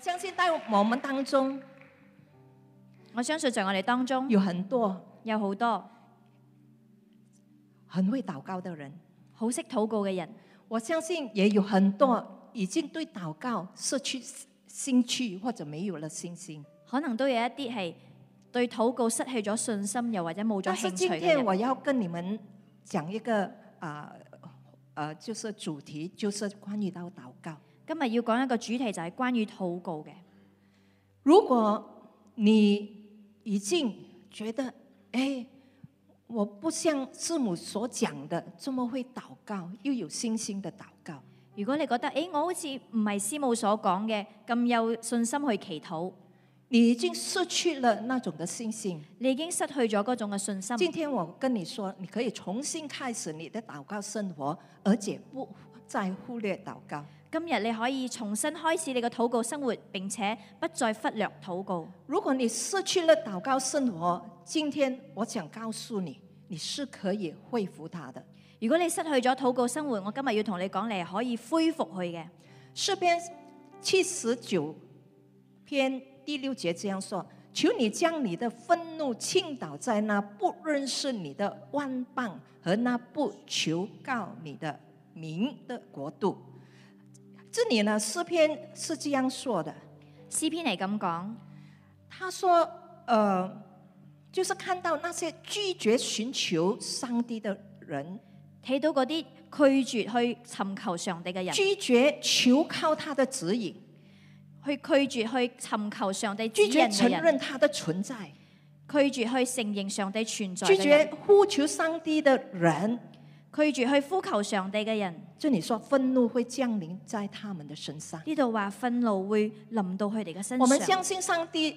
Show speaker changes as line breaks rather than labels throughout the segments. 相信在我们当中
我相信在我哋當中
有很多
有好多
很会祷告的人，
好識禱告嘅人，
我相信也有很多已经对祷告失去兴趣或者没有了信心。
可能都有一啲係對禱告失去咗信心，又或者冇咗
但是
興趣
今
嘅
天
人。
我要跟你们讲一个啊呃就是主题，就是关于到祷告。
今日要講一個主題就係關於禱告嘅。
如果你已经觉得，哎，我不像字母所讲的这么会祷告，又有信心的祷告，
如果你覺得誒、我好似唔係師母所講嘅咁有信心去祈禱，
你已经失去了那种的信心。
你已經失去咗嗰種嘅信心。
今天我跟你说，你可以重新开始你的祷告生活，而且不再忽略祷告。
今日你可以重新開始你嘅禱告生活，並且不再忽略禱告。
如果你失去了祷告生活，今天我想告诉你，你是可以恢复它的。
如果你失去咗禱告生活，我今日要同你講，你係可以恢復佢嘅。
诗篇七十九篇第六节这样说：“求你将你的愤怒倾倒在那不认识你的万邦和那不求告你的民的国度。”这里呢，诗篇是这样说的，
詩篇嚟咁講，
他说：“呃，就是看到那些拒绝寻求上帝的人，
睇到嗰啲拒絕去尋求上帝嘅人，
拒绝求靠他的指引，
去拒絕去尋求上帝
拒
指引
绝
嘅
承
人，
认他的存在。”
拒絕去承認上帝存在
拒
嘅人，
绝呼求上帝的人，
拒絕去呼求上帝嘅人。
这里说愤怒会降临在他们的身上。
呢度話憤怒會臨到佢哋嘅身
我们
上。
相信上帝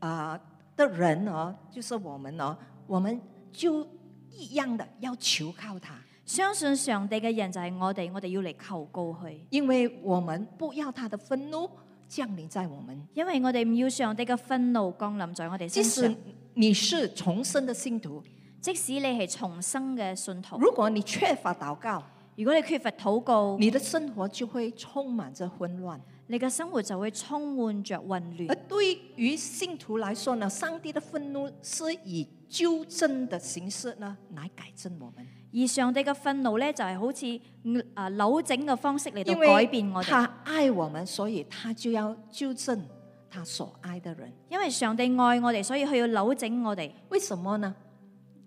啊、的人哦，就是我们哦，我们就一样的要求靠他，
相信上帝嘅人就係我哋，我哋要嚟求告佢，
因为我们不要他的愤怒降临在我们。
因為我哋唔要上帝嘅憤怒降臨在我哋
即
身
使
上。
你是重生的信徒，
即使你係重生嘅信徒，
如果你缺乏祷告，
如果你缺乏禱告，
你的生活就会充满着混乱。
你嘅生活就會充滿着混
而
亂。
对于信徒来说呢，上帝的愤怒是以纠正的形式呢来改正我们，
而上帝嘅憤怒咧，就係好似嗯啊扭整嘅方式嚟到
因
改
为
變我哋。
他爱我们，所以他就要纠正他所爱的人。
因為上帝愛我哋，所以佢要扭整我哋。
为什么呢？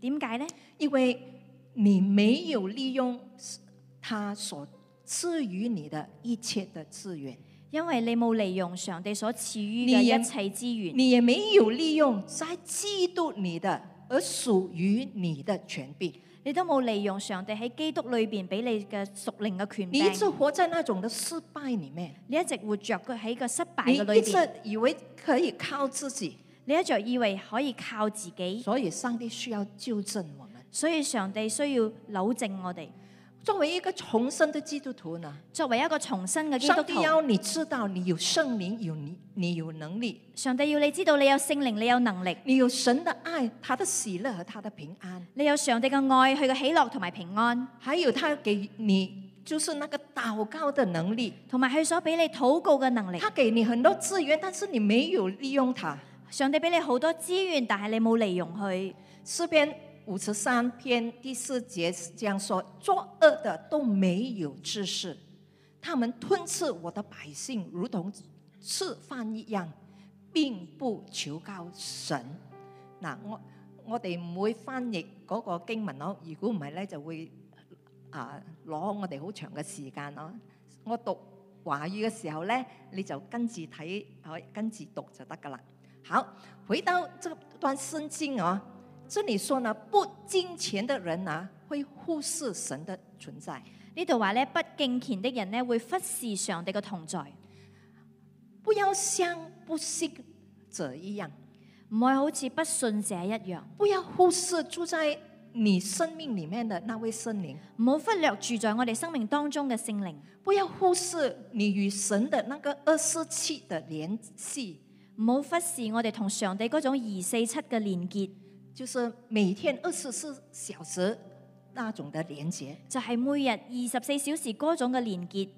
點解呢？
因为你没有利用他所赐予你的一切的资源，
因為你冇利用上帝所賜予嘅
你也
一切資源，
你也没有利用在嫉妒你的而属于你的权柄。
你都冇利用上帝喺基督裏邊俾你嘅屬靈嘅權
你
柄
一。直活在那种的失败里面。
你一直活着佢喺個失敗
你
嘅裏
一
邊，
直以为可以靠自己，
你一直以為可以靠自己，
所以上帝需要纠正我们。
所以上帝需要扭正我哋。
作为一个重生的基督徒呢，
作為一個重生嘅基督
上帝
徒，
要你知道你有圣灵，有你，你有能力，
上帝要你知道你有聖靈，你有能力，
你有神的爱，他的喜乐和他的平安，
你有上帝嘅愛，佢嘅喜樂同埋平安，
还有他给你就是那个祷告的能力。
同埋佢所俾你禱告嘅能力。
他给你很多资源，但是你没有利用它。
上帝俾你好多資源，但係你冇利用佢。
诗篇五十三篇第四节是这样说：“作恶的都没有知识，他们吞噬我的百姓，如同吃饭一样，并不求告神。”嗱，我我哋唔會翻譯嗰個經文咯，如果唔係咧就會啊攞我哋好長嘅時間咯。我讀華語嘅時候咧，你就跟住睇，可以跟住讀就得噶啦。好，回到這段聖經啊、这里说呢，不金钱的人啊，会忽视神的存在。
呢度話咧，不敬虔的人咧會忽視上帝嘅同在，
不要像不信者一样，
唔會好似不信者一樣，
不要忽视住在你生命里面的那位圣灵，
唔好忽略住在我哋生命當中嘅聖靈。
不要忽视你与神的那个二四七的联系，
唔好忽視我哋同上帝嗰種二四七嘅連結，
就是每天二十四小時那種的连接。
就係、每日二十四小時嗰種嘅連結。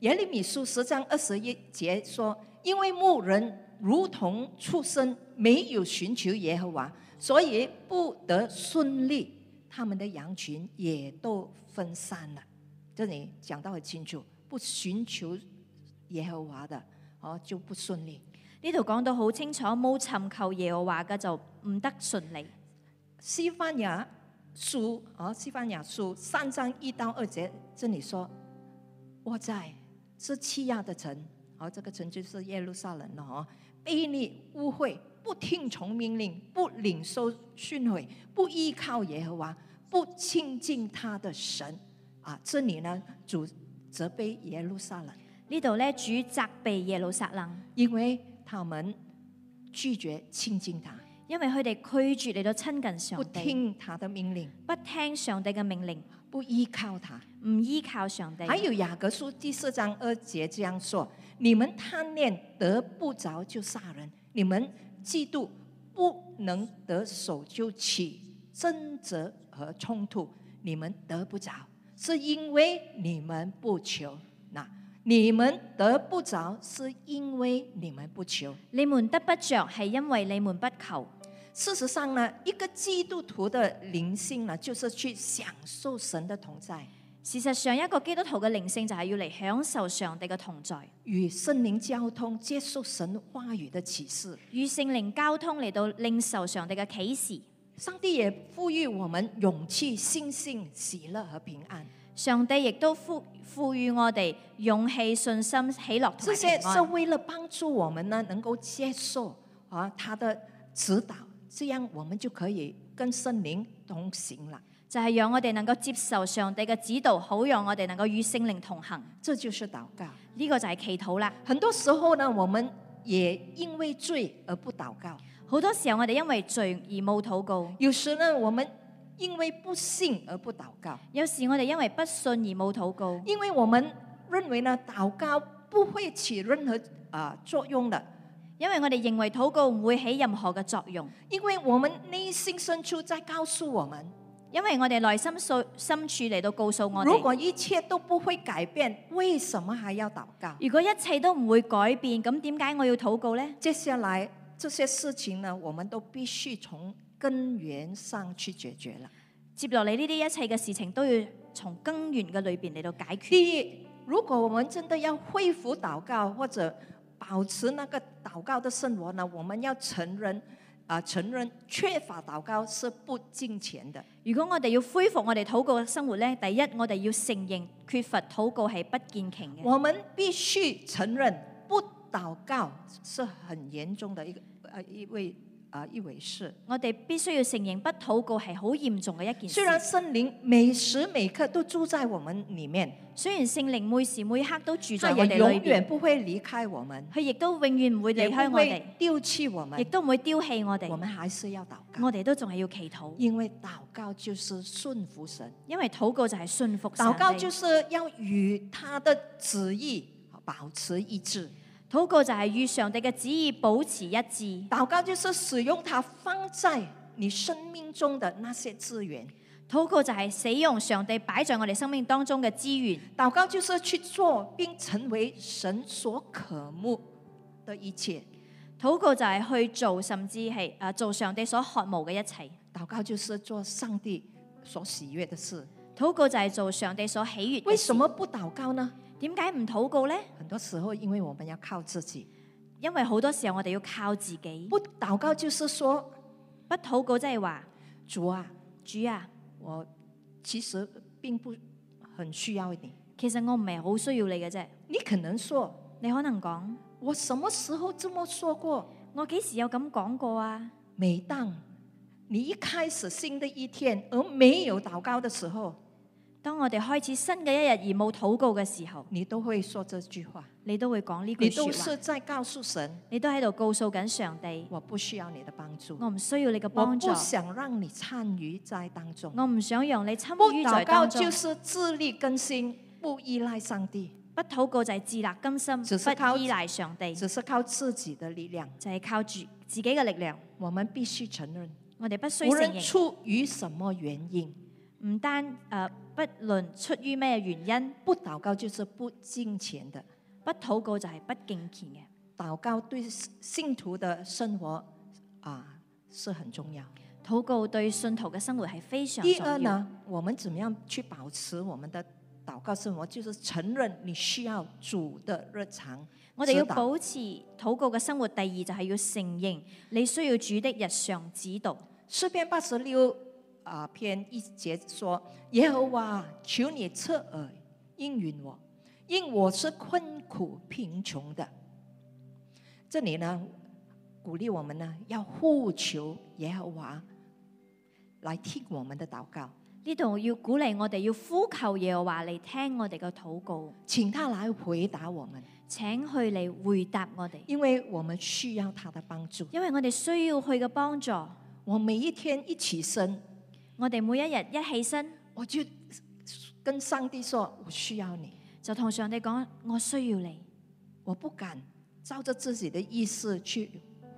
耶利米书十章二十一节说：“因为牧人如同畜生，没有寻求耶和华，所以不得顺利，他们的羊群也都分散了。这里讲到很清楚，不寻求耶和华的，哦就不顺利。
呢度講到好清楚，冇尋求耶和華嘅就唔得順利。
西班牙书啊，西班牙书三章一到二节，这里说：我在这欺压的城，啊，这个城就是耶路撒冷了哦，卑劣污秽，不听从命令，不领受训诲，不依靠耶和华，不亲近他的神啊。这里呢，主责备耶路撒冷，
呢度咧主責備耶路撒冷，
因为他们拒绝亲近他，
因為佢哋拒絕嚟到親近
不
上帝，
听他的命令，
不聽上帝嘅命令，
不依靠他。
唔依靠上帝。
还有雅各书第四章二节这样说：你们贪恋得不着就杀人，你们嫉妒不能得手就起争执和冲突，你们得不着，是因为你们不求。那你们得不着，是因为你们不求。
你們得不着係因為你們不求。
事实上呢，一个基督徒的灵性呢，就是去享受神的同在，
事實上，一個基督徒嘅靈性就係要嚟享受上帝嘅同在，
与圣灵交通，接受神话语的启示。
與聖靈交通嚟到領受上帝嘅啟示。
上帝也赋予我们勇气、信心、喜乐和平安，
上帝亦都賦賦予我哋勇氣、信心、喜樂同
这
埋
些
平
是
安。
为了帮助我们呢，能够接受啊他的指导，这样我们就可以跟圣灵同行了。
就係讓我哋能夠接受上帝嘅指導，好讓我哋能夠與聖靈同行。
这就是祷告。
呢、個就係祈禱啦。
很多时候呢，我们也因为罪而不祷告；
好多時候我哋因為罪而冇禱告，
有时呢，我们因为不信而不祷告，
有時我哋因為不信而冇禱告，
因为我们认为呢，祷告不会起任何啊、作用的。
因為我哋認為禱告唔會起任何嘅作用，
因为我们内心深处在告诉我们，
因為我哋內心素深處嚟到告訴我
如
哋，
果一切都不会改变，为什么还要祷告？
如果一切都唔會改變，咁點解我要禱告呢？
接下来这些事情呢，我们都必须从根源上去解决了。
接落嚟呢啲一切嘅事情都要從根源嘅裏邊嚟到解決。
第一，如果我们真的要恢复祷告或者保持那个祷告的生活呢，我们要承认啊、承认缺乏祷告是不敬虔的。
如果我哋要恢復我哋禱告嘅生活呢，第一我哋要承認缺乏禱告係不健全嘅。
我们必须承认，不祷告是很严重的一个呃一位啊、一回事。
我哋必須要承認不禱告係好嚴重嘅一件
虽然
事。
圣灵每时每刻都住在我们里面，
雖然聖靈每時每刻都住
他
在我
也
哋裏
永
邊，
远不会离开我们，
佢亦都永遠唔會
也
離開
不
我哋
会，丢弃我
亦
们。
都唔會丟棄我
我
哋。
们还是要祷告，
我哋都仲係要祈禱，
因为祷告就是顺服神，
因為禱告就係信服上
祷告
帝
就。是要与他的旨意保持一致，
禱告就係與上帝嘅旨意保持一致。
祷告就是使用它放在你生命中的那些资源，
禱告就係使用上帝擺在我哋生命當中嘅資源。
祷告就是去做并成为神所渴慕的一切，
禱告就係去做，甚至係啊做上帝所渴慕嘅一切。
祷告就是做上帝所喜悦的事。
禱告就係做上帝所喜悦嘅事。
为什么不祷告呢？
點解唔禱告呢？
很多時候，因為我們要靠自己，
因為好多時候我哋要靠自己。
不祷告就是說，
不禱告即係話，
主啊，
主啊，
我其實並不很需要你。
其實我唔係好需要你嘅啫。
你可能說，
你可能講，
我什麼時候這麼說過？
我幾時有咁講過啊？
每當你一開始新的一天而沒有祷告的時候，
當我哋開始新嘅一日而冇禱告嘅時候，
你都會說這句話，
你都會講呢句
你
説
都
話
是。在告訴神，
你都喺度告訴緊上帝，
我不需要你的幫助，
我唔需要你嘅
我
幫助
不，想讓你參與在當中。
我唔想讓你參
不
與
祷
在
告
當中
就。是自力更生，不依賴上帝。
不禱告就係自立更生，
只是靠
不依賴上帝，
只是靠自己的力量。
就係靠住自己嘅力量。
我们必须承认，
我哋不需
无
承
论
認，
出于什么原因，
唔單誒、呃不論出於咩原因，
不祷告就是不敬虔的。
不禱告就係不敬虔嘅。
祷告对信徒的生活啊是很重要。
禱告對信徒嘅生活係非常
第
重
二
要。
呢，我们怎么样去保持我们的祷告生活？就是承认你需要主的日常，
我哋要
指導
保持禱告嘅生活。第二就係要承認你需要主的日常指導。
诗篇八十六啊篇一节说：“耶和华，求你侧耳应允我，因我是困苦贫穷的。”这里呢，鼓励我们呢要呼求耶和华来听我们的祷告，
呢度要鼓勵我哋要呼求耶和華嚟聽我哋嘅禱告，
请他来回答我们，
請佢嚟回答我哋，
因为我们需要他的帮助。
因為我哋需要佢嘅幫助。
我每一天一起身，
我哋每一日一起身
我就跟上帝说：“我需要你，
就同上帝講：我需要你，
我不敢照着自己的意思去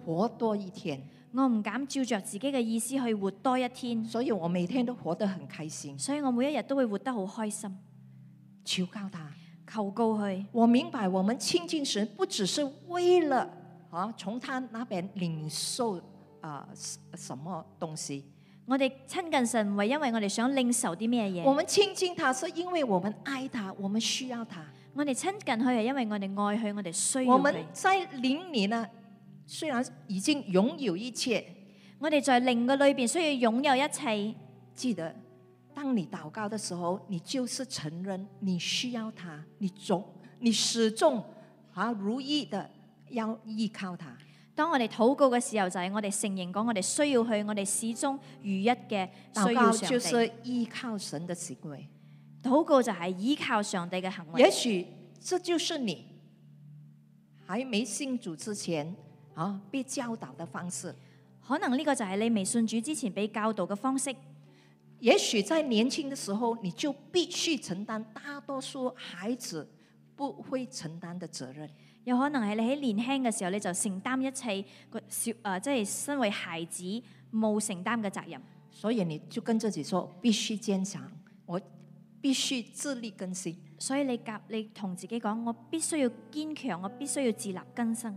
活多一天，
我唔敢照着自己嘅意思去活多一天，
所以我每天都活得很开心。
所以我每一日都會活得好開心。
求告他，
求告佢，
我明白我们亲近神不只是为了啊从他那边领受啊、什什么东西，
我哋親近神唔係因為我哋想領受啲咩嘢。
我们亲近他是因为我们爱他，我们需要他。
我哋親近佢係因為我哋愛佢，我哋需要
我们
佢。
在灵里呢，虽然已经拥有一切，
我哋在靈嘅裏邊需要擁有一切。
记得，当你祷告的时候，你就是承认你需要他，你总你始终啊如意的要依靠他。
當我哋禱告嘅時候，就係、我哋承認講我哋需要佢，我哋始終如一嘅需
祷
要
告
上
就
帝。
是依靠神的行为。
禱告就係依靠上帝嘅行為。
也许这就是你啊还没信主之前啊被教导的方式。
可能呢個就係你未信主之前俾教導嘅方式。
也许在年轻的时候，你就必须承担大多数孩子不会承担的责任。
有可能係你喺年輕嘅時候，你就承擔一切個小啊，即係身為孩子冇承擔嘅責任。
所以你就跟自己说，必须坚强，我必须自力更新。
所以你夾你同自己講，我必須要堅強，我必須要自立更生。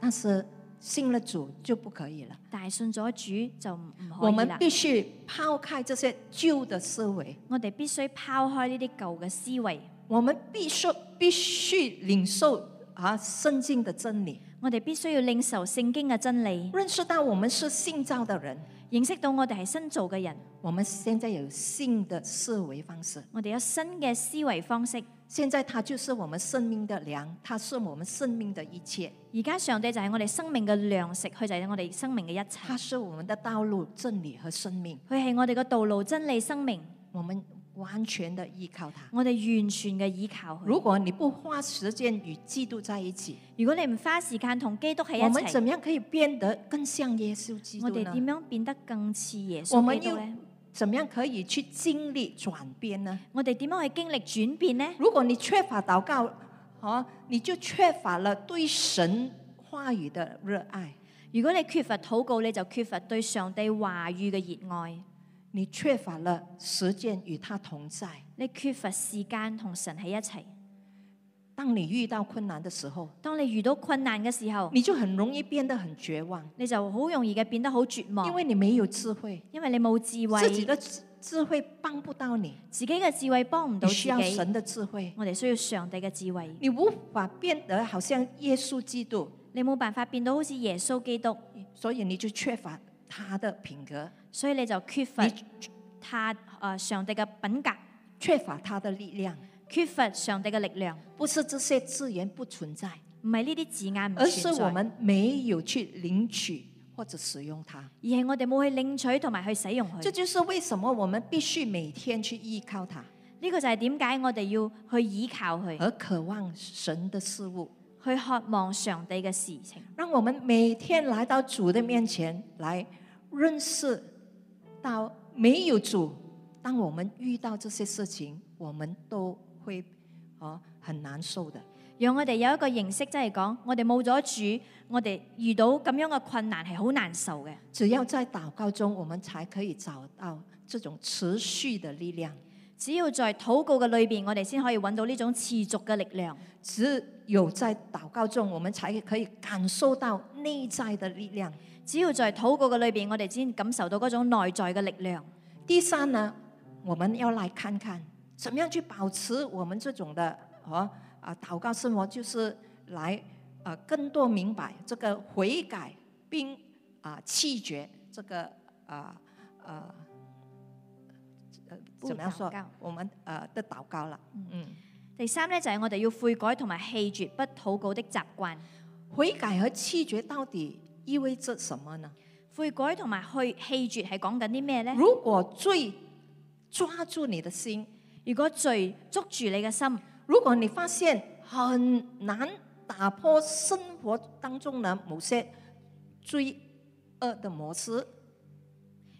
但是信了主就不可以了，
但係信咗主就唔唔可
我
以
们
啦。
必须抛开这些旧的思维，
我哋必須拋開呢啲舊嘅思維，
我们必须必须领受啊圣经的真理，
我哋必須要領受聖經嘅真理，
认識到我们是信造的人，
認識到我哋係新造嘅人，
我们现在有新的思维方式，
我哋有新嘅思維方式。
现在它就是我们生命的粮，它是我们生命的一切，
而家上帝就係我哋生命嘅糧食，佢就係我哋生命嘅一切，
它是我们的道路、真理和生命，
佢係我哋嘅道路、真理、生命。
我们完全的依靠它。
我哋完全嘅依靠佢。
如果你不花时间与基督在一起，
如果你唔花時間同基督喺
我
一
们
齊，
怎么样可以變得更像耶穌基督
我哋
呢？
點樣變得更似耶
我
穌
們
基督
要
呢？
怎么样可以去经历转变呢？
我哋點樣去經歷轉變呢？
如果你缺乏祷告，啊，你就缺乏了对神话语的热爱，
如果你缺乏禱告，你就缺乏對上帝話語嘅熱愛。
你缺乏了实践与他同在。
你缺乏時間同神喺一齊。
当你遇到困難的时候，
當你遇到困難嘅時候，
你就很容易變得很绝望，
你就好容易嘅變得好絕望，
因
因為
為你没有智慧，
你冇智慧，
自
自
己
己
的智智慧幫不到你，
嘅智慧幫唔
你
到自
需要
己。
神的智慧。
我哋需要上帝嘅智慧，
你无法变得好像耶稣基督，
你冇辦法變到好似耶穌基督，
所以你就缺乏他的品格，
所以你就缺乏
你
他呃上帝嘅品格，
缺乏他的力量。
缺乏上帝嘅力量。
不是这些字眼不存在，
唔係呢啲字眼唔
而是
存在，
我們沒有去領取或者使用它。
而係我哋冇去領取同埋去使用佢。
这
呢、
就是为什么我們必須每天去依靠它，
個就係點解我哋要去倚靠佢，
而渴望神的事物。
去渴望上帝嘅事情。
让我們每天来到主的面前，来认识到没有主，当我們遇到這些事情，我們都会啊很難受的。
讓我哋有一個認識，即係講我哋冇咗主，我哋遇到咁樣嘅困難係好難受嘅。
只要在祷告中，我们才可以找到这种持续的力量。
只要在禱告嘅裏邊，我哋先可以揾到呢種持續嘅力量。
只有在祷告中，我们才可以感受到内在的力量。
只要在禱告嘅裏邊，我哋先感受到嗰種內在嘅力量。
第三呢，我们要来看看怎么样去保持我们这种的和啊祷告生活，就是来呃更多明白这个悔改并啊弃绝这个啊呃呃怎么样
不祷
说
告
我们呃的祷告了，嗯。
第三呢，就係、我哋要悔改同埋棄絕不禱告的習慣。
悔改和弃绝到底意味着什么呢？
悔改同埋去棄絕係講緊啲咩呢？
如果罪抓住你的心，
如果罪捉住你嘅心，
如果你发现很难打破生活当中的某些罪恶的模式，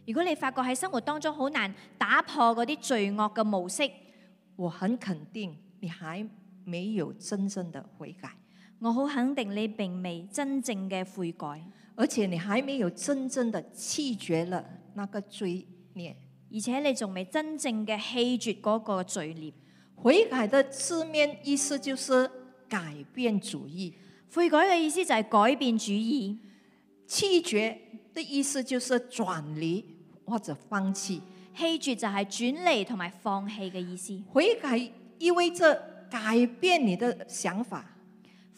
如果你發覺喺生活當中好難打破嗰啲罪惡嘅模式，
我很肯定你还没有真正的悔改，
我好肯定你並未真正嘅悔改，而
而且你还没有真正的弃绝了那个罪孽。
且你仲未真正嘅棄絕嗰個罪孽。
悔改的字面意思就是改变主意。
悔改嘅意思就係改變主意，
弃绝的意思就是转离或者放弃。
棄絕就係轉離同埋放棄嘅意思。
悔改意味着改变你的想法。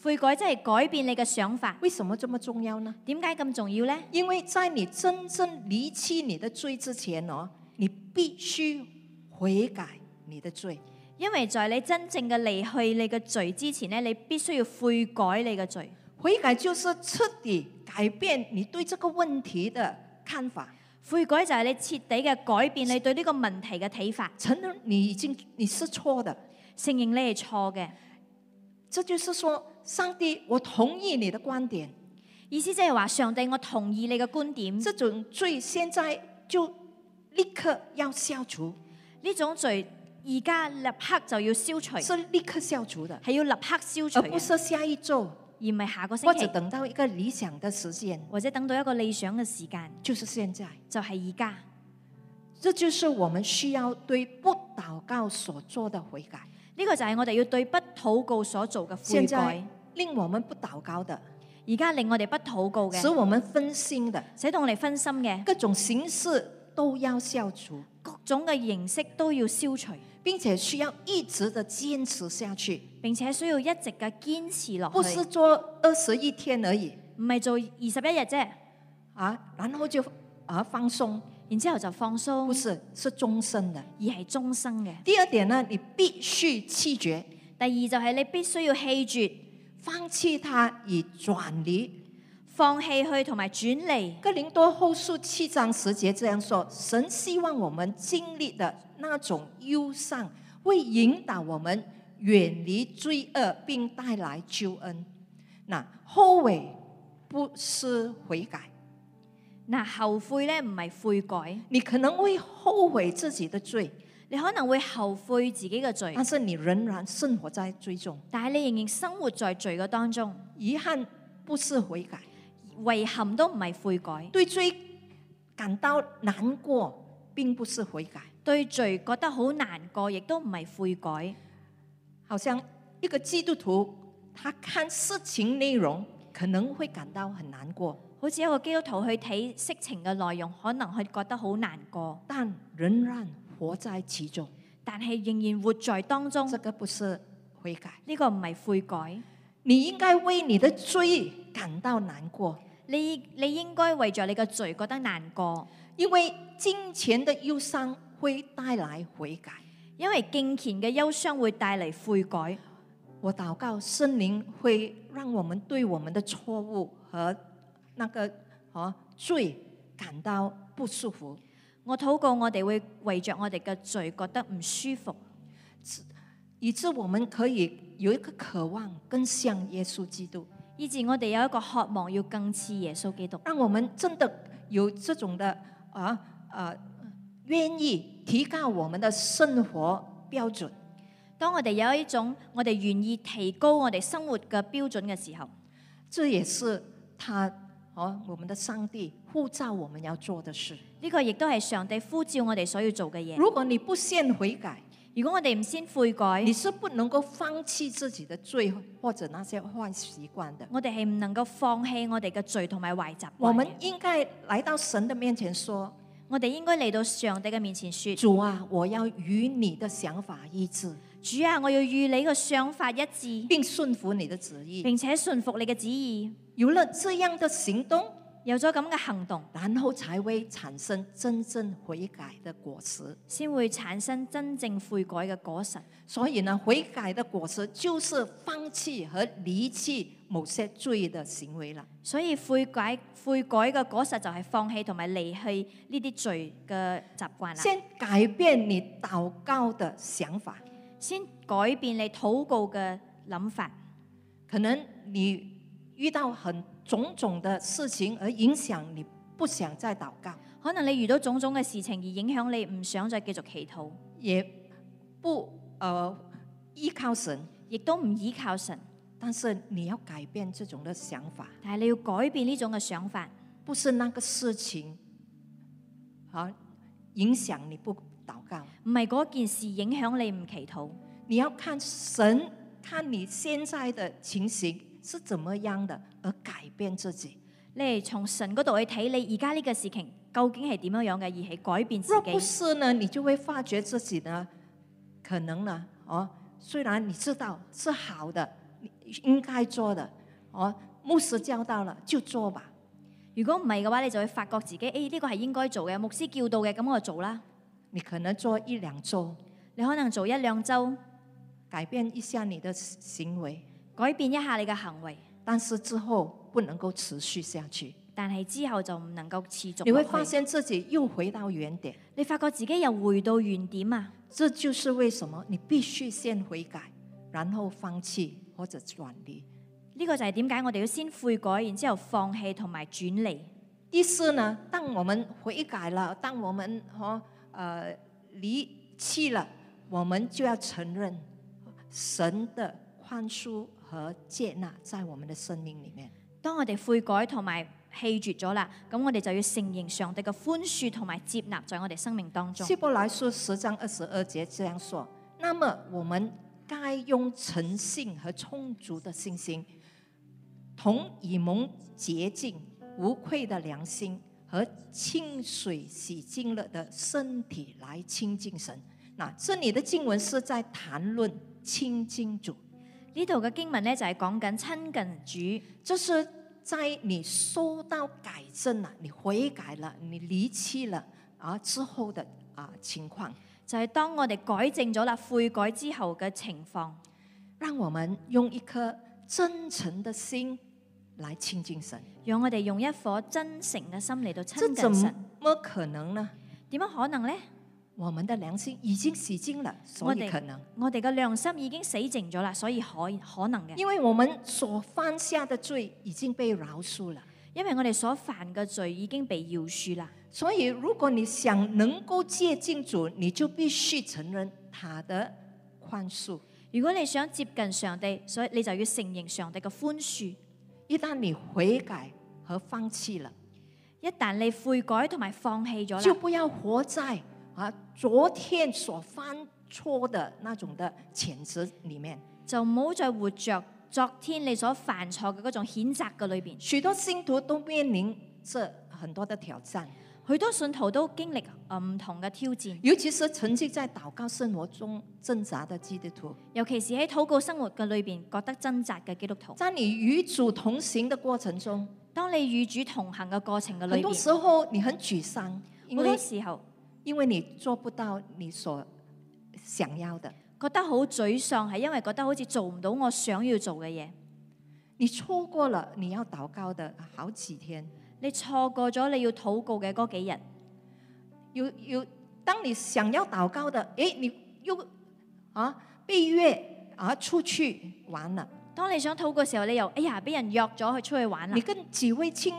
悔改即係改變你嘅想法。
为什么这么重要呢？
點解咁重要呢？
因为在你真正离弃你的罪之前哦，你必须悔改你的罪。
因為在你真正嘅離去你嘅罪之前呢，你必須要悔改你嘅罪。
悔改就是彻底改变你对这个问题的看法，
悔改就係你徹底嘅改變你對呢個問題嘅睇法，
承认你已经你是错的。
承認你係錯嘅。
这就是说，上帝，我同意你的观点，
意思即係話，上帝，我同意你嘅觀點，
这种罪现在就立刻要消除，
呢種罪而家立刻就要消除，
是立刻消除的，
係要立刻消除
而不
嘅，
是下一周
而唔係下個
或
星
者
期，
等到一个理想的时间，
或者等到一個理想嘅時間，
就是现在。
就係而家。
这就是我们需要对不祷告所做的悔改。
呢、個就係我哋要對不禱告所做嘅悔
現
改
在。令我们不祷告的，
而家令我哋不禱告
使
嘅，
我们分心的，
使到我哋分心嘅，
各种形式都要消除，
各種嘅形式都要消除，
并且需要一直的坚持下去，
並且需要一直嘅堅持落
不
去
是，做二十一天而已
唔係做二十一日啫，
啊，然后就啊放松，
然之後就放
不
鬆，
是，是终身的。
而係終生嘅。
第二点呢，你必须弃绝，
第二就係你必須要棄絕。
放弃它以转离。
放棄去同埋轉離。
哥林多后书七章十节这样说：神希望我们经历的那种忧伤，会引导我们远离罪恶，并带来救恩。那后悔不是悔改，
嗱，後悔咧唔係悔改，
你可能会后悔自己的罪，
你可能會後悔自己嘅罪
但，是你仍然生活在罪中。
但係你仍然生活在罪嘅當中。
遗憾不是悔改，
遺憾都唔係悔改，
对罪感到难过，并不是悔改。
對罪覺得好難過，亦都唔係悔改。
好像一个基督徒，他看事情内容可能会感到很难过，
好似一個基督徒去睇色情嘅內容，可能佢覺得好難過，
但仍然活在其中，
但係仍然活在當中。
这个不是悔改。
呢、個唔係悔改，
你应该为你的罪感到难過，
你你應該為咗你嘅罪覺得難過，
因为金钱的忧伤会带来悔改。
因為敬虔嘅憂傷會帶嚟悔改。
我祷告圣灵会让我们对我们的错误和那个和罪感到不舒服。
我禱告，我哋會為着我哋嘅罪覺得唔舒服，
以致我们可以有一个渴望更像耶稣基督，
以致我哋有一個渴望要更似耶穌基督，
让我们真的有这种的啊啊，愿意提高我们的生活标准。
當我哋有一種我哋願意提高我哋生活嘅標準嘅時候，
这也是他哦，我们的上帝呼召我们要做的事。
呢、個亦都係上帝呼召我哋所要做嘅嘢。
如果你不先悔改，
如果我哋唔先悔改
你，是不能够放弃自己的罪或者那些坏习惯的。
我哋係唔能夠放棄我哋嘅罪同埋壞習
我
慣
们
嘅。
应该来到神的面前说
我哋應該嚟到上帝嘅面前：“說：
主啊，我要与你的想法一致，
主啊，我要與你嘅想法一致，
并顺服你的旨意。
並且信服你嘅旨意。”
有了这样的行动，
有咗咁嘅行動，
然后才会产生真正悔改的果实。
先會產生真正悔改嘅果實。
所以呢，悔改的果实就是放弃和离弃某些罪的行为了。
所以悔改悔改嘅果實就係放棄同埋離去呢啲罪嘅習慣啦。
先改变你祷告的想法，
先改變你禱告嘅諗法。
可能你遇到很种种的事情而影响你不想再祷告，
可能你遇到種種嘅事情而影響你唔想再繼續祈禱，
也不呃依靠神，
亦都唔依靠神。
但是你要改变这种的想法，
但係你要改變呢種嘅想法，
不是那个事情啊影响你不祷告，
唔係嗰件事影響你唔祈禱。
你要看神看你现在的情形是怎么样的，而改变自己。
你係從神嗰度去睇你而家呢個事情究竟係點樣樣嘅，而係改變自
若不
己。
是呢，你就会发觉自己呢，可能呢，哦，虽然你知道是好的，你应该做的，哦，牧师教到了就做吧，
如果唔係嘅話，你就會發覺自己，誒、呢、個係應該做嘅，牧師叫到嘅，咁我就做啦。
你可能做一两周，
你可能做一兩週，
改变一下你的行为，
改變一下你嘅行為，
但是之后不能够持续下去，
但係之後就唔能夠持續
你会
落
发
去
现自己又回到原点。
你發覺自己又回到原點啊！
这就是为什么你必须先悔改，然后放弃或者转离。
呢、個就係點解我哋要先悔改，然之後放棄同埋轉離。
第四呢，当我们悔改了，当我们和呃离弃了，我们就要承认神的宽恕和接纳在我们的生命里面。
當我哋悔改同埋棄絕咗啦，咁我哋就要承認上帝嘅寬恕同埋接納在我哋生命當中。
希伯来书十章二十二节这样说：“那么我们该用诚信和充足的信心，同以蒙洁净、无愧的良心和清水洗净了的身体来亲近神。”那这里的经文是在谈论亲近主，
呢度嘅經文呢，就係講緊親近主，
这是在你收到改正了、你悔改了、你离弃了啊之后的啊情况。
就係、當我哋改正咗啦，悔改之後嘅情況。
让我们用一颗真诚的心来亲近神。
讓我哋用一顆真誠嘅心嚟到
这
親
怎
近神，
么可能呢？
點樣可能呢？
我们的良心已经洗净了，所
我
以
哋
可能，
我哋嘅良心已經死淨咗啦，所以可可能嘅，
因为我们所犯下的罪已经被饶恕了。
因為我哋所犯嘅罪已經被饒恕啦。
所以，如果你想能够接近主，你就必须承认他的宽恕。
如果你想接近上帝，所以你就要承認上帝嘅寬恕。
一旦你悔改和放弃了，
一旦你悔改同埋放棄咗
就
啦，
不要活在啊昨天所犯错的那种的谴责里面。
就唔好再活着昨天你所犯錯嘅嗰種譴責嘅裏邊。
许多信徒都面临着很多的挑战，
許多信徒都經歷呃唔同嘅挑戰，
尤其是沉浸在祷告生活中挣扎的基督徒，
尤其是喺禱告生活嘅裏邊覺得掙扎嘅基督徒。
在你与主同行的过程中，
當你與主同行嘅過程嘅
很
裏
多
邊，
时候你很沮丧，因
好多
为
時候
因为你做不到你所想要的，
覺得好沮喪，係因為覺得好似做唔到我想要做嘅嘢。
你错过了你要祷告的好几天，
你錯過咗你要禱告嘅嗰幾日，
有有，当你想要祷告的，诶，你又啊被约啊出去玩了。
當你想禱告嘅時候，你又哎呀俾人約咗去出去玩啦啊
你。跟几位青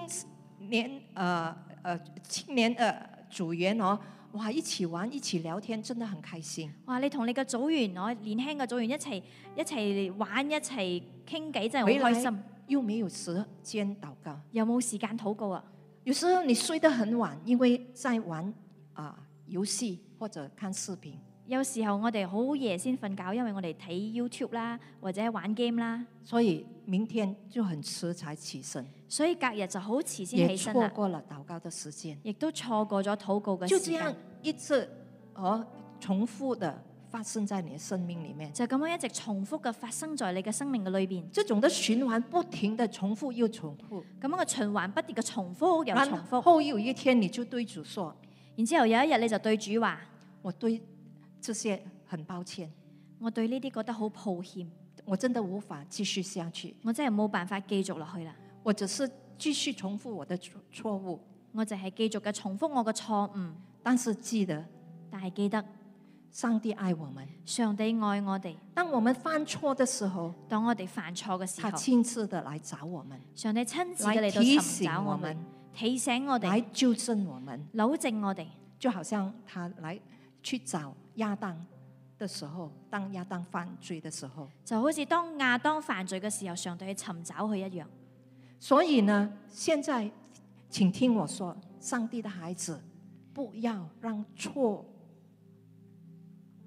年呃呃青年呃组员哦，哇，一起玩一起聊天，真的很开心。
哇！你同你嘅組員，我年輕嘅組員一齊一齊玩，一齊傾偈，真
回
係好
來
開心。
又没有时间祷告，
有冇時間禱告啊？
有时呃候你睡得很晚，因为在玩啊、游戏或者看视频。
有時候我哋好夜先瞓覺，因為我哋睇 YouTube 啦，或者玩 game 啦，
所以明天就很迟才起身，
所以隔日就好遲先
也
起身
错
啦，
过了祷告的时间。
亦都錯過咗禱告嘅
就
時
这样
間。
一次而重复的发生在你的生命里面，
就咁樣一直重複嘅發生在你嘅生命嘅裏邊，
这种的循环不停的重复又重复，
咁樣嘅循環不斷嘅重複又重
然
複，
后有一天你就对主说
然之後有一日你就對主話：：“
我对这些很抱歉，
我對呢啲覺得好抱歉，
我真的无法继续下去，
我真係冇辦法繼續落去啦，
我只是继续重复我的错错误。
我就係繼續嘅重複我嘅錯誤，
但是记得，
但係記得
上帝爱我们。
上帝愛我哋，
当我们犯错的时候，
當我哋犯錯嘅時
他
候，
亲自的来找我们，
上帝親自嘅
来
嚟到
提
尋
醒
找
我
我哋
们，，
提醒我
来
哋，
纠正我们。
扭正我哋，
就好像他来去找亚当的时候，当亚当犯罪的时候，
就好似當亞當犯罪嘅時候，上帝去尋找佢一樣。
所以呢，现在请听我说，上帝的孩子，不要让错，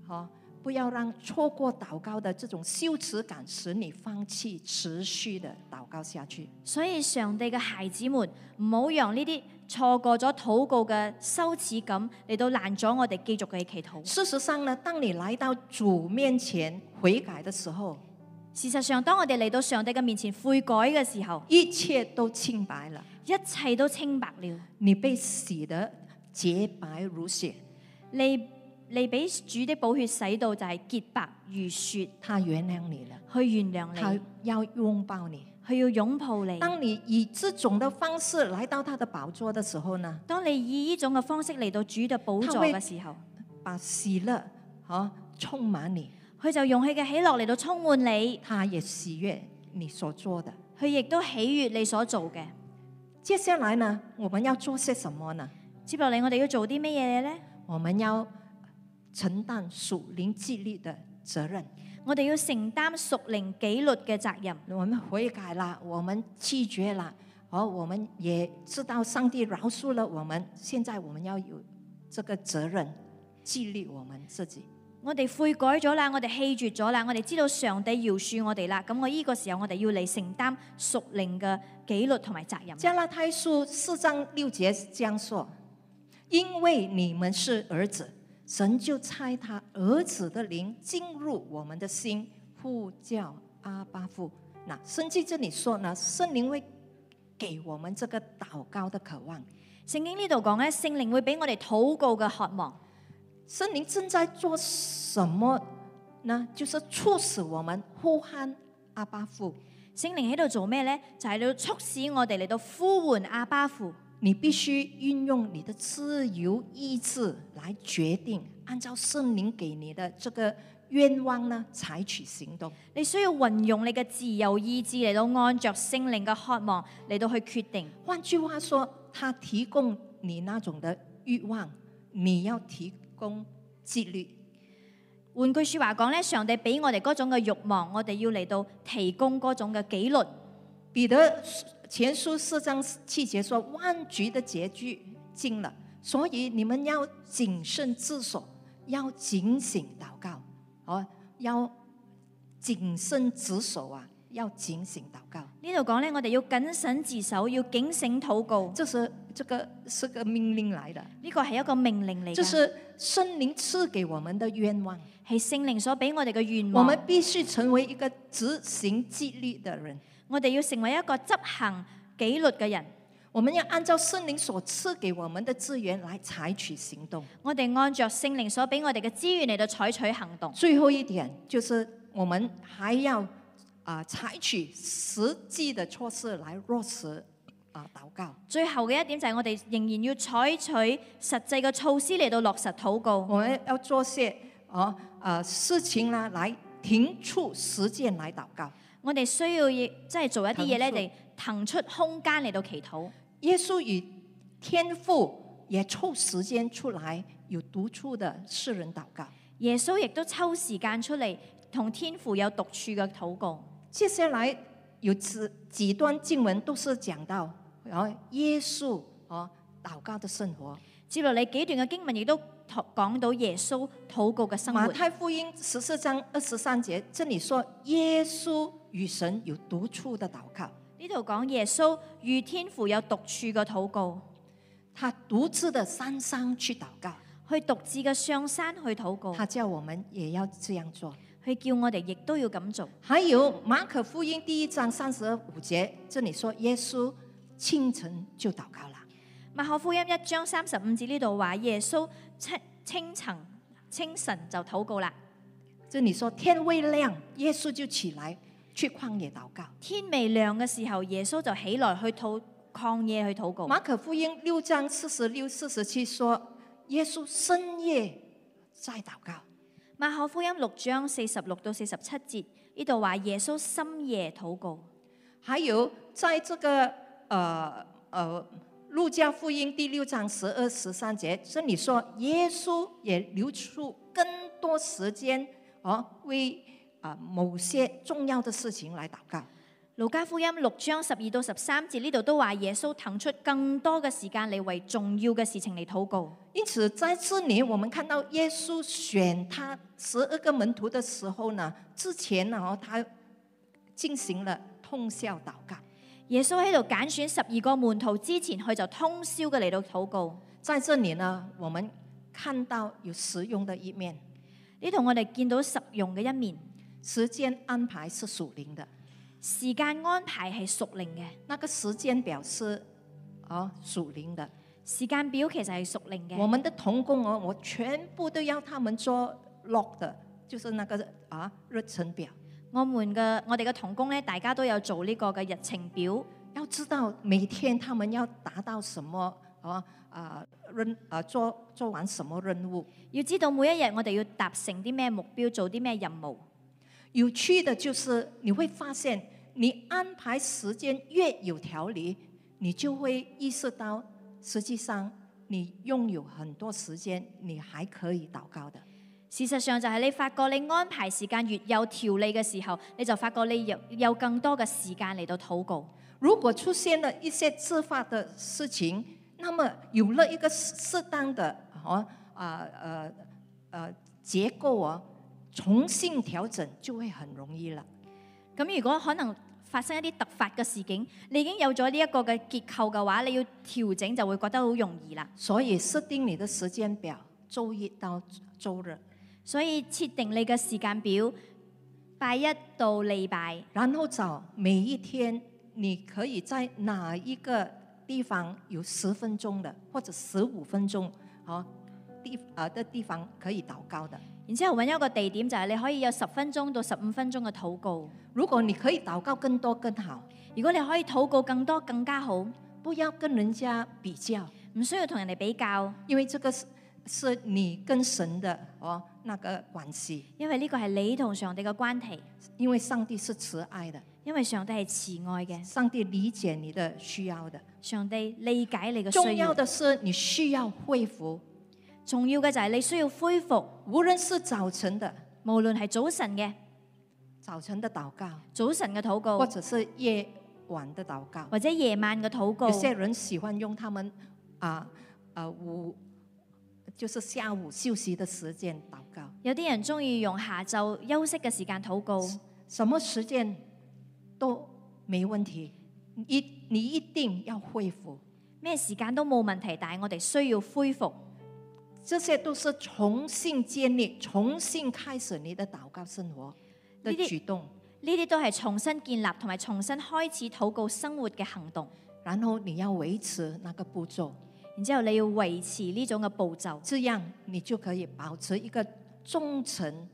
好、不要让错过祷告的这种羞耻感使你放弃持续的祷告下去。
所以上帝嘅孩子們，唔好讓呢啲錯過咗禱告嘅羞恥感嚟到攔咗我哋繼續嘅祈禱。
事实上呢，当你来到主面前悔改的时候，
事實上，當我哋嚟到上帝嘅面前悔改嘅時候，
一切都清白了，
一切都清白了。
你被洗得洁白如雪。
你你俾主的寶血洗到就係潔白如雪，
他原谅你了，
去原諒
他
你，
要擁抱你。
佢要擁抱你。
当你以這種的方式來到他的寶座的时候呢，
當你以呢種嘅方式嚟到主嘅寶座嘅時候，
把喜樂啊充滿你，
佢就用佢嘅喜樂嚟到充滿你，
他也喜悦你所做的。
佢亦都喜悦你所做嘅。
接下來呢，我們要做些什麼呢？
接落嚟，我哋要做啲咩嘢呢？
我們要承擔屬靈紀律的責任。
我哋要承擔屬靈紀律嘅責任。
我們悔改了，我們拒絕了，而我們也知道上帝饒恕了我們。現在我們要有這個責任，紀律我們自己。
我哋悔改咗啦，我哋棄絕咗啦，我哋知道上帝饒恕我哋啦。咁我呢個時候，我哋要嚟承擔屬靈嘅紀律同埋責任。
加拉太书四章六节这样说：“因为你们是儿子，神就差他儿子的灵进入我们的心，呼叫阿巴父。”那圣经这里说呢，圣灵会给我们这个祷告的渴望。
聖經呢度講咧，聖靈會俾我哋禱告嘅渴望。
圣灵正在做什么呢？就是促使我们呼喊阿巴父。
聖靈喺度做咩呢？就係、要促使我哋嚟到呼喚阿巴父。
你必须运用你的自由意志来决定，按照圣灵给你的这个愿望呢，采取行动。
你需要運用你嘅自由意志嚟到按着聖靈嘅渴望嚟到去決定。
换句话说，他提供你那种的欲望，你要提供纪律。
換句説話講咧，上帝俾我哋嗰種嘅慾望，我哋要嚟到提供嗰種嘅紀律。
彼得前书四章七节说：“万局的结局尽了，所以你们要谨慎自守，要警醒祷告，哦，要谨慎自守啊，要警醒祷告。”
呢度講咧，我哋要謹慎自守，要警醒禱告。
这是这个是个命令来的，
呢個係一個命令嚟
这
嘅，
是圣灵赐给我们的愿望。
係聖靈所俾我哋嘅願
我
望
们。必须成为一个执行纪律的人，
我哋要成為一個執行紀律嘅人。
我们要按照圣灵所赐给我们的资源来采取行动。
我哋按着聖靈所俾我哋嘅資源嚟到採取行動。
最后一点就是，我们还要啊、采取实际的措施来落实啊、祷告。
最後嘅一點就係我哋仍然要採取實際嘅措施嚟到落實禱告。
我们要做些啊啊事情呢，来停促实践来祷告。
我哋需要亦即係做一啲嘢咧，
騰出
嚟騰出空間嚟到祈禱。
耶稣与天父也抽时间出来，有独处的世人祷告。
耶穌亦都抽時間出嚟同天父有獨處嘅禱告。
接下来有几几段经文都是讲到，然后耶稣哦祷告的生活。
接落嚟幾段嘅經文亦都討講到耶穌禱告嘅生
马
活。
太福音十四章二十三节，这里说耶稣与神有独处的祷告，
呢度講耶穌與天父有獨處嘅禱告，
他独自的山上去祷告。
去獨自嘅上山去禱告。
他叫我们也要这样做。
佢叫我哋亦都要咁做。
还有马可福音第一章三十五节，这里说耶稣清晨就祷告了。
馬可福音一章三十五節呢度話耶穌清清晨清晨就禱告啦，
这里说天未亮，耶稣就起来去旷野祷告。
天未亮嘅時候，耶穌就起來去禱曠野去禱告。
马可福音六章四十六、四十七说，耶稣深夜在祷告。
馬可福音六章四十六到四十七節呢度話耶穌深夜禱告。
还有在这个呃呃路加福音第六章十二十三节，这里说耶稣也留出更多时间哦，为啊、某些重要的事情来祷告。
路加福音六章十二到十三節呢度都話耶穌騰出更多嘅時間嚟為重要嘅事情嚟禱告。
因此，在这里我们看到耶稣选他十二个门徒的时候呢，之前呢，哦，他进行了通宵祷告。
耶穌喺度揀選十二個門徒之前，佢就通宵嘅嚟到禱告。
在这里呢，我们看到有实用的一面，
呢度我哋見到實用嘅一面，
时间安排是属灵的。
時間安排係屬靈嘅，
那个时间表是哦属灵的。
時間表其實係屬靈
我
嘅。
们的童工哦，我全部都要他们做 log 的，就是那个啊日程表。
我們嘅我哋嘅童工咧，大家都有做呢個嘅日程表，
要知道每天他们要达到什么啊啊任啊做做完什么任务。
要知道每一日我哋要達成啲咩目標，做啲咩任務。
有趣的就是你会发现，你安排时间越有条理，你就会意识到，实际上你拥有很多时间，你还可以祷告的。
事實上就係你發覺你安排時間越有條理嘅時候，你就發覺你有有更多嘅時間嚟到禱告。
如果出现了一些自发的事情，那么有了一个适适当的哦啊呃呃结构啊，重新调整就会很容易了。
咁如果可能發生一啲突發嘅事件，你已經有咗呢一個嘅結構嘅話，你要調整就會覺得好容易啦。
所以设定你的时间表，周一到周日，
所以設定你嘅時間表，拜一到禮拜，
然后找每一天你可以在哪一个地方有十分钟的或者十五分钟哦地啊、的地方可以祷告的。
然之後揾一個地點就係你可以有十分鐘到十五分鐘嘅禱告。
如果你可以祷告更多更好，
如果你可以禱告更多更加好，
不要跟人家比较。
唔需要同人哋比較，
因为这个是是你跟神的哦那个关系，
因為呢個係你同上帝嘅關係，
因为上帝是慈爱的，
因為上帝係慈愛嘅，
上帝理解你的需要的。
上帝理解你嘅
重
需
要
要。
的是你需要恢复，
重要嘅就係你需要恢復，
无论是早晨的
無論係早晨嘅
早晨的祷告，
早晨嘅禱
或
告，
者是夜晚的祷告。
或者夜晚嘅禱告
有。些人喜欢用他们啊啊午，就是下午休息的时间祷告。
有啲人中意用下晝休息嘅時間禱告。
什么时间都没问题，一你一定要恢复。
咩時間都冇問題，但係我哋需要恢復，
这些都是重新建立、重新开始你的祷告生活的
呢啲
举动，
呢啲都係重新建立同埋重新開始禱告生活嘅行動。
然后你要维持那个步骤，
然之後你要維持呢種嘅步驟，
这样你就可以保持一个忠诚、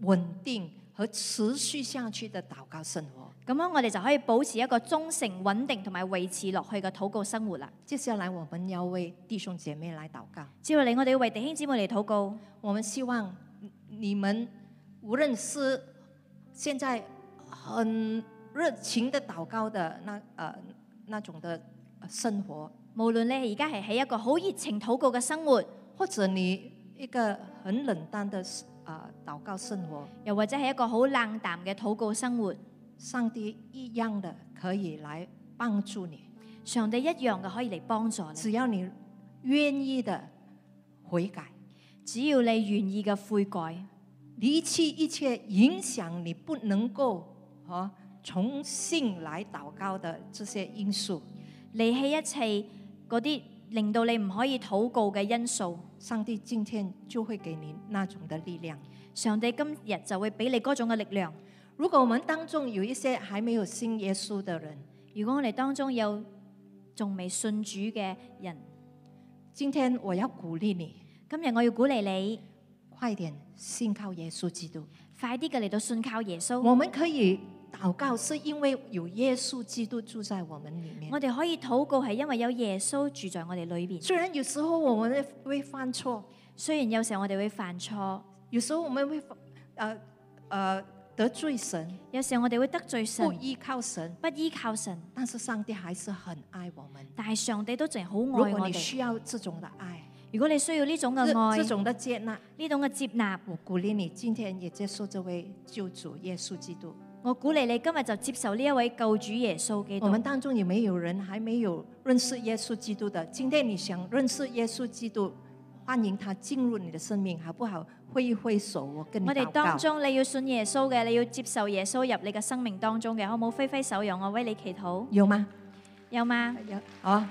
稳定和持续下去的祷告生活。
咁樣我哋就可以保持一個忠誠、穩定同埋維持落去嘅禱告生活啦。
接下来我们要为弟兄姐妹来祷告，
接落嚟，我哋要為弟兄姊妹嚟禱告。
我们希望你们无论是现在很热情的祷告的那呃那种的呃生活，
無論你而家係喺一個好熱情禱告嘅生活，
或者你一个很冷淡的啊、呃祷告生活，
又或者係一個好冷淡嘅禱告生活，
上帝一样的可以来帮助你，
嗯上帝一樣嘅可以嚟幫助你。
只要你愿意的悔改，
只要你願意嘅悔改，
离弃一切影响你不能够啊从信来祷告的这些因素，
離棄一切嗰啲令到你唔可以禱告嘅因素，
上帝今天就会给你那种的力量。
上帝今日就會俾你嗰種嘅力量。
如果我们当中有一些还没有信耶稣的人，
如果我哋當中有仲未信主嘅人，
今天我要鼓励你，
今日我要鼓勵你，
快点信靠耶稣基督。
快啲嘅嚟到信靠耶穌。
我们可以祷告，是因为有耶稣基督住在我们里面
我。哋可以禱告係因為有耶穌住在我哋裏邊。
虽然有时候我们会犯错，
雖然有時候我哋會犯錯，
有时候我们会犯呃呃得罪神，
有時候我哋會得罪神
不，依靠神，
不依靠神，
但是上帝还是很爱我们。
但係上帝都淨係好
如
愛
果
我
你
哋。
需要这种的爱，
如果你需要呢種嘅
这
愛，
这种的接纳，
呢種嘅接納，
我鼓励你今天也接受这位救主耶稣基督。
我鼓勵你今日就接受呢一位救主耶穌基
我
督
们。当中有没有人还没有认识耶稣基督的？今天你想认识耶稣基督，欢迎他进入你的生命，好不好？挥一挥手，我跟你
我哋
祷
當
告。
中你要信耶穌嘅，你要接受耶穌入你嘅生命當中嘅，好唔好？揮揮手，讓我為你祈禱，
有吗？
有嗎？
有哦，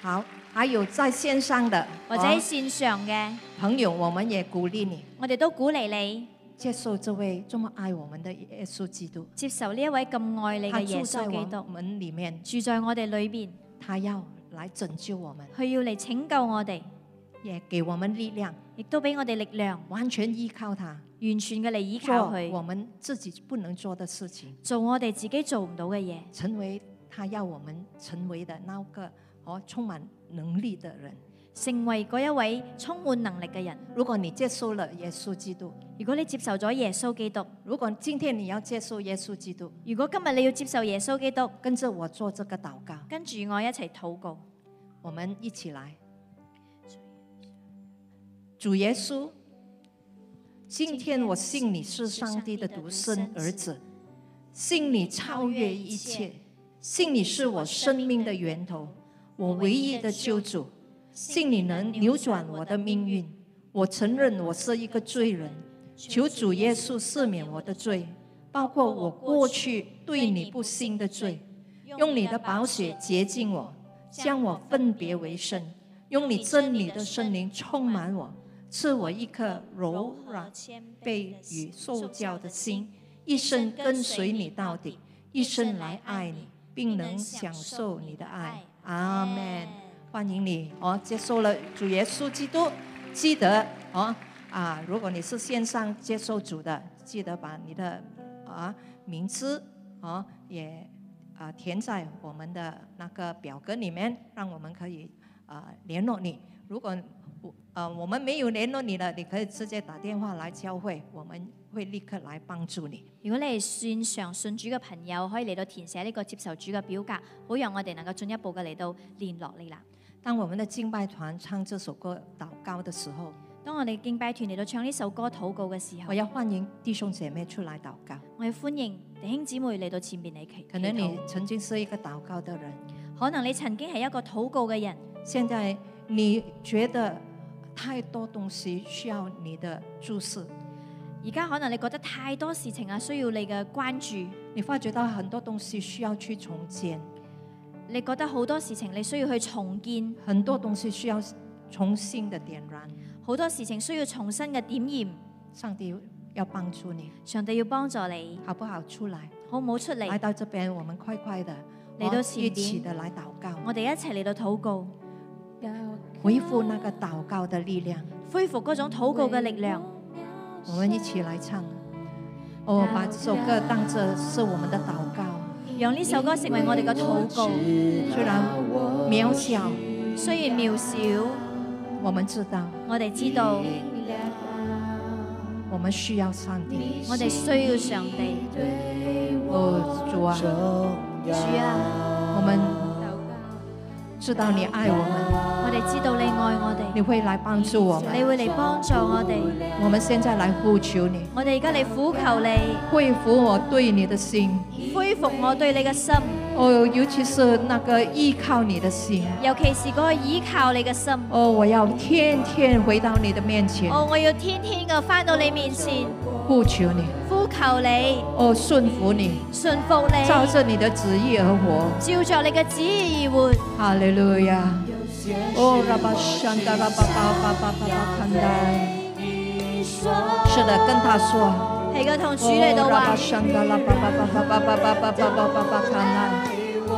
好，还有在线上的
或者喺
哦
線上嘅，
朋友，我们也鼓励你
我哋都鼓勵你
接受这位这么爱我們的耶穌基督，
接受呢一位咁愛你
他
嘅
住
耶
在
穌
我
基督，
们里面，
住在我哋裏邊，
他要来拯救我们，
佢要嚟拯救我哋，
也给我们力量，
亦都俾我哋力量，
完全依靠他，
完全嘅嚟依靠
做
佢，
啊我们自己不能做的事情。
做我哋自己做唔到嘅嘢，
成为他要我们成为的那个哦充满能力的人。
成為嗰一位充滿能力嘅人。
如果你接受了耶稣基督，
如果你接受咗耶穌基督，
如果今天你要接受耶稣基督，
如果今日你要接受耶穌基督，
跟着我做这个祷告，
跟住我一齊禱告。
我们一起来。主耶稣，今天我信你是上帝的独生儿子，信你超越一切，信你是我生命的源头，我唯一的救主。信你能扭转我的命运。我承认我是一个罪人，求主耶稣赦免我的罪，包括我过去对你不信的罪。用你的宝血洁净我，将我分别为圣。用你真理的圣灵充满我，赐我一颗柔软、卑与受教的心，一生跟随你到底，一生来爱你，并能享受你的爱。阿门。欢迎你哦，接受了主耶稣基督，记得哦啊，如果你是线上接受主的，记得把你的啊名字哦也啊填在我们的那个表格里面，让我们可以啊联络你。如果我呃我们没有联络你了，你可以直接打电话来教会，我们会立刻来帮助你。
如果你係線上信主嘅朋友，可以嚟到填寫呢個接受主嘅表格，好讓我哋能夠進一步嘅嚟到聯絡你啦。
当我们的敬拜团唱这首歌祷告的时候，
當我哋敬拜團嚟到唱呢首歌禱告嘅時
我
候，
要歡迎弟兄姐妹出来祷告。
我哋歡迎弟兄姊妹嚟到前面嚟祈
可能
祈
你
禱
曾经是一个祷告的人，
可能你曾經係一個禱告嘅人，
现在你觉得太多东西需要你的注视，
而家可能你覺得太多事情啊，需要你嘅關注，
你发觉到很多东西需要去重建，
你覺得好多事情你需要去重建，
很多东西需要重新的点燃。
好多事情需要重新嘅點燃。
上帝要帮助你，
上帝要幫助你，
好不好？出来，
好唔好出
来
嚟？
到这边，我们快快的
来到
哦
前
一
边
起的来祷告，
我哋一齊嚟到禱告，
恢复那个祷告的力量。
恢復嗰種禱告嘅力量。
我们一起来唱，哦，把这首歌当作是我们的祷告。
让呢首歌成为我哋嘅祷告。
虽然渺小，
虽然渺小，
我们知道
我哋知道
我们需要上帝。
我哋需要上帝。
哦，主啊，
主啊，
我们知道你爱我们，
我哋知道你爱我
你
哋，
会来帮助我们。
你会嚟帮助我哋。
我们现在来呼求你，
我哋而家嚟苦求你，
恢复我对你的心。
恢复我对你嘅心。
哦，尤其是那个依靠你的心。
尤其是嗰個倚靠你嘅心。
哦，我要天天回到你的面前，
哦，我要天天嘅翻到你面前，
不求你，
呼求你，
哦，顺服你，
順服
照
你，
着你的旨意而活。
照着你嘅旨意而活。
哈利路亚。哦，拉巴山达拉巴巴巴巴巴巴看达。是的，跟他说。
係嘅，同主嚟到
哦，拉
話
巴，山达拉巴巴巴巴巴巴巴巴巴巴巴看达。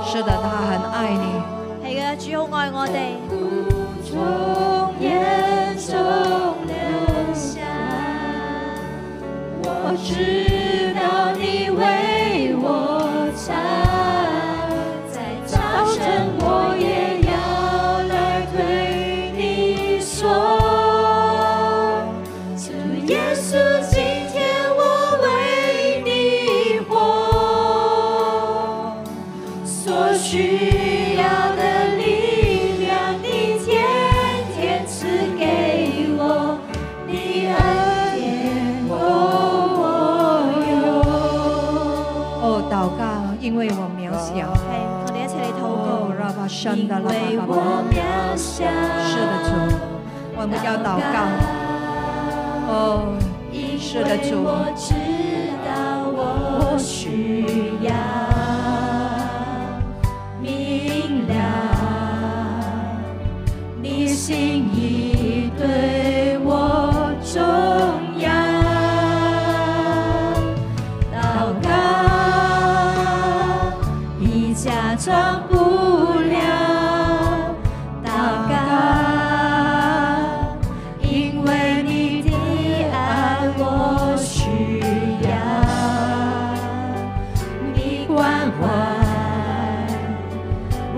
是的，他很爱你。
係嘅，主好愛我哋。
我知道你为我站，在早晨我也要来对你说，主耶稣，今天我为你活，所需要的力量你天天赐给我，你恩典够我用。
哦，祷告，因为我渺小。
係，我哋一齊嚟
哦，拉巴
禱告，
山
因
达拉
為
巴巴
我
巴。
渺小。
是的，主，我们要祷告。哦，是的，
因为
主，
我知道我需要明了，你心意对我重要。祷告，你假装不了。祷告。因为你的爱我需要，你关怀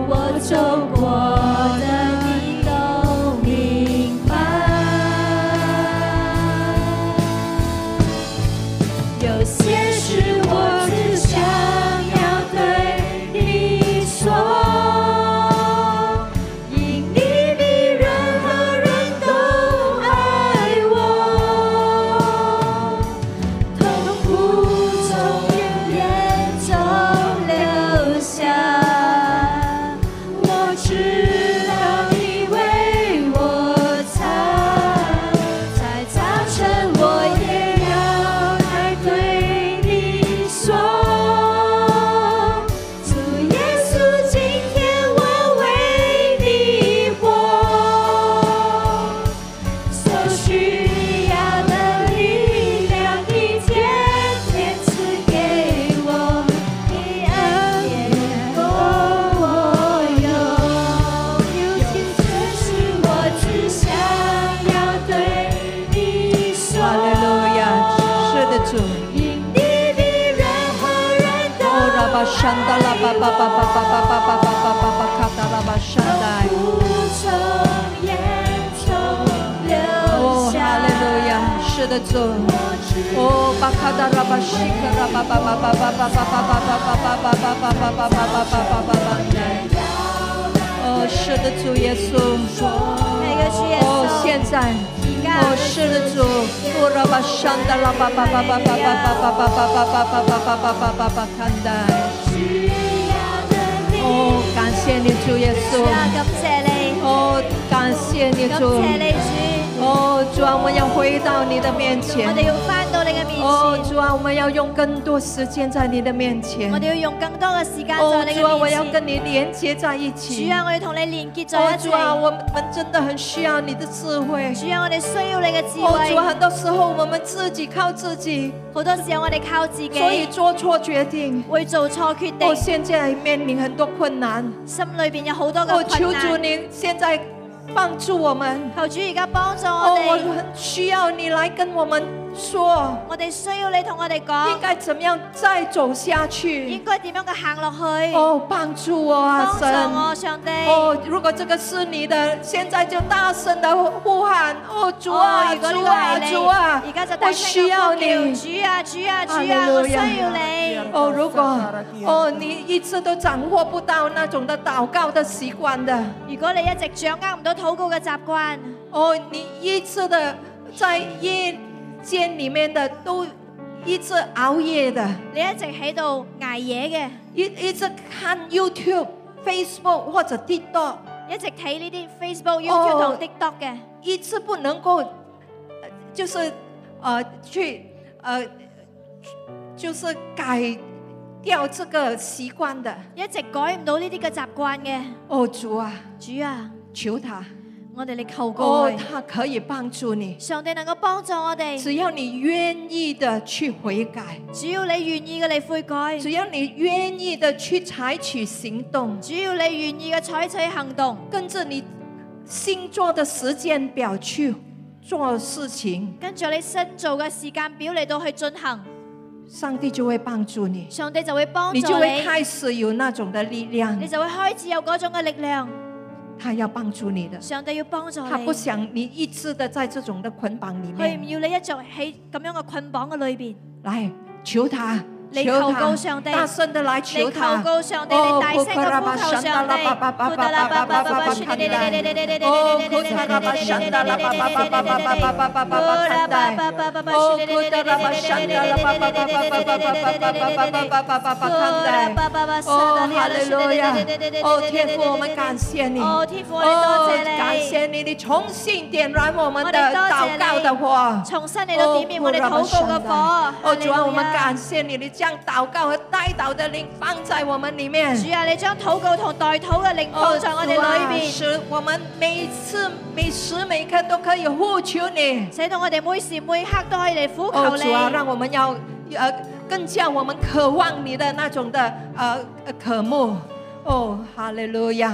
我走过的你都明白。有些事我只想要对你说。因你比任何人都爱我，痛苦从眼中流下，我知道你为我擦，在早晨我也要来对你说。主耶稣，今天我为你活，所需要的力量，你天天赐给我，你恩典够我用。有些事我只想要对你说。
哈利路亚，是的，主。
因你比任何人都
哦，拉巴山达拉巴巴巴巴巴巴巴巴巴巴巴卡达拉巴山达。哦，哈利路亚，是的，主。哦，巴卡达拉巴西克拉巴巴巴巴巴巴巴巴巴巴巴巴巴巴巴巴巴巴巴巴巴。哦，是的，主耶稣。
係嘅，主耶
哦，
穌。
现在。
而家
哦，是的，主，哦，拉巴山达拉巴巴巴巴巴巴巴巴巴巴巴巴巴巴巴巴巴看待。哦，感谢你，主耶稣
主。啊，感謝你，
哦，感谢你，
感
主。
謝你主，
哦，主啊，我们要回到你的面
我哋
前。
要翻到你嘅面
哦，
前，
主啊，我们要用更多时间在你的面前
我。哋要用更多嘅時間
哦
在，你
主啊，
嘅
我要
面前。
跟你连接在一起
主。啊，我要同你連結在
哦
一，齊。
主啊，我们真的很需要你的智慧。
主啊，我哋需要你嘅智
哦，主啊，
慧。
很多时候我们自己靠自己，
好多時候我哋靠自
所以哦
己
做错决定。
會做錯決
我
定，
现在面临很多困难，
心裏邊有好多
我
嘅
求
困
哦主
難。
您现在帮助我们。
求主而家幫助
哦，
我
我
哋，
很需要你来跟我们说，
我哋需要你同我哋
应
講，
该怎么样再走下去
應。該點樣嘅行落去，
哦，帮助我啊，
幫助
神。
我上帝。
哦，如果这个是你的，现在就大声的呼喊，哦，主啊，
哦如果呢
主
個
啊，
係你
主啊
而家就，大
我
聲
需要
咁
你。
叫主啊，主啊，主
哈
啊，
利路
我需
亞
要你。
哦，如果
啊
哦你一直都掌握不到那种的祷告的习惯的，
如果你一直掌握唔到禱告嘅習慣，
哦，你一直的在夜间里面的都一直熬夜的，
你一直喺度捱夜嘅，
一一直看 YouTube、Facebook 或者 TikTok，
一直睇呢啲 Facebook、YouTube
哦
同 TikTok 嘅，
一直不能够，呃就是呃去呃，就是改掉这个习惯的。
一直改唔到呢啲嘅習慣嘅。
哦，主啊，
主啊，
求他，
我哋嚟求告
哦，
佢，
他可以帮助你，
上帝能夠幫助我哋，
只要你愿意的去悔改，
只要你願意嘅嚟悔改，
只要你愿意的去采取行动，
只要你願意嘅採取行動，
跟着你星座的时间表去做事情，
跟住你新做嘅時間表嚟到去進行，
上帝就会帮助你，
上帝就會幫
你哎
助
就会
你，
开始有那种的力量
你。就會開始有嗰種嘅力量。
他要帮助你的，
上帝要幫助
他不
你。
想你一直的在这种的捆绑里
佢唔
面。
要你一直喺咁樣嘅捆綁嘅裏邊，
来，求他，
你
求
求告
他
上，帝
大声的来
你
求
求
他。
告上帝，
哦
你大聲嘅呼求上帝。
哦，哈利路亚！哦，天父，我们感谢你。
哦，天父，我
哦
哋多謝，你，
感谢你，你重新点燃我们的
我哋多謝
祷
你
告的火。
重新嚟到
哦，
點燃我哋禱告嘅火。
哦，主啊，我们
哈利路亞
感谢你，你将祷告和带祷的灵放在我们里面。哦
主啊，你將禱告同代禱嘅靈放在我哋裏邊，
啊使我们每次每时每刻都可以呼求你。
使到我哋每時每刻都可以嚟呼
哦，
求
主啊，
你。
让我们要呃更加我们渴望你的那种的呃呃渴慕。哦，哈利路亚。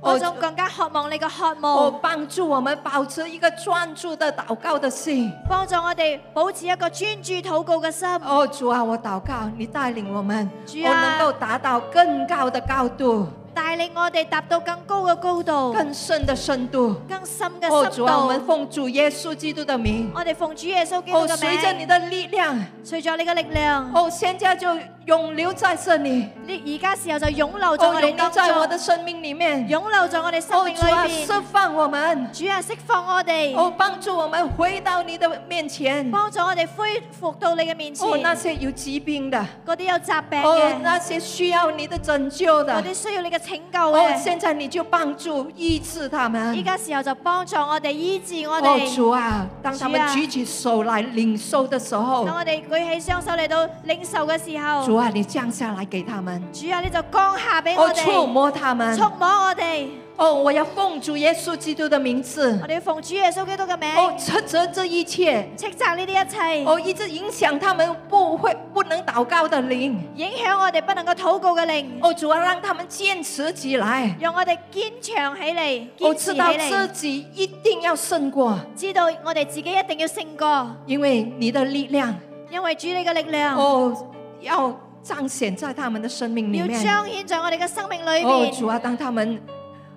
哦
嗰。種更加渴望你嘅渴
哦，
望，
帮助我们保持一个专注的祷告的心。
幫助我哋保持一個專注禱告嘅心。
哦，主啊，我祷告，你带领我们，
主
我
啊
能够达到更高的高度，
帶領我哋達到更高嘅高度，
更深的深度。
更深
哦，
嘅
主
深
啊，我们
度。
奉主耶稣基督的名，
我哋奉主耶穌基督
哦，随着
嘅
你
名，
的力量，
隨着你嘅力量，
哦，现在就永留在这里，
你而家時候就湧流在
哦，永
我哋
留
當
在我
中
的。生命里面。
涌流在我哋生
哦，
命
主啊，
里边。
释放我们，
主啊，釋放我哋，
哦，帮助我们回到你的面前。
幫助我哋恢復到你嘅面前。
哦，那
嗰
些有疾病的，
啲有疾病
哦，
嘅，
那些需要你的拯救
嗰
的。
啲需要你嘅拯救
哦，
嘅，
现在你就帮助医治他们
依。家時候就幫助我哋醫治我
Vâng. 哦，
哋。
主啊，当他们
主啊
举起手来领受的时候
當，我哋舉起雙手嚟到領受嘅時候，
主啊，你降下来给他们，
主啊，你就降下俾我
哦，触
哋，
摸他们。
觸摸我哋。
哦，我要奉主耶稣基督的名字
我，哋要奉主耶穌基督嘅
哦，
名，
斥责这一切，
斥責呢啲一切
哦，一直影响他们不会不能祷告的灵。
影響我哋不能夠禱告嘅靈，
哦，主啊，让他们坚持起来，
讓我哋堅強起嚟，
我
堅持
知
起
道自
嚟，
己一定要胜过，
知道我哋自己一定要勝過，
因为你的力量，
因為主你嘅力量。
哦，要彰显在他们的生命里
要
面。
彰顯在我哋嘅生命裏
哦，
面。
主啊，当他们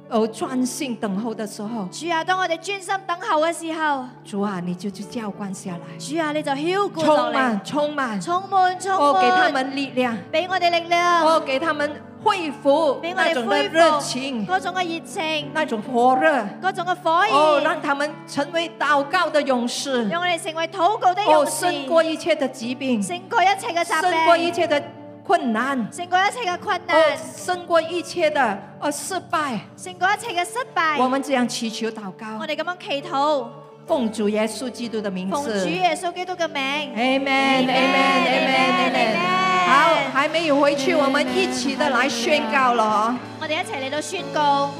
哦专心等候的时候，
主啊，當我哋專心等候嘅時候，
主啊，你就去浇灌下来，
主啊，你就曉灌落
充
嚟，
满充满，
充滿充
哦，给他
滿，
们力量，
俾我哋力量，
哦，给他们恢复
俾我
那
哋
种的
恢
热
復
情，
嗰種嘅熱情，
那种火热，
嗰種嘅火
哦，
焰，
让他们成为祷告的勇士，
讓我哋成為禱告的
哦，
勇士，
胜过一切的疾病，
勝過一切嘅疾
胜过一
病，
切的困难，
勝過一切嘅困
哦
難，，
胜过一切的呃失败。
勝過一切嘅失
我
敗。
们这样祈求祷告
我，哋咁樣祈禱，
奉主耶稣基督的名
奉
字
主。耶穌基督嘅名。
Amen, Amen, Amen, Amen。好，还没有回去，我们一起的来宣告了哦。
我哋一齊嚟到宣告，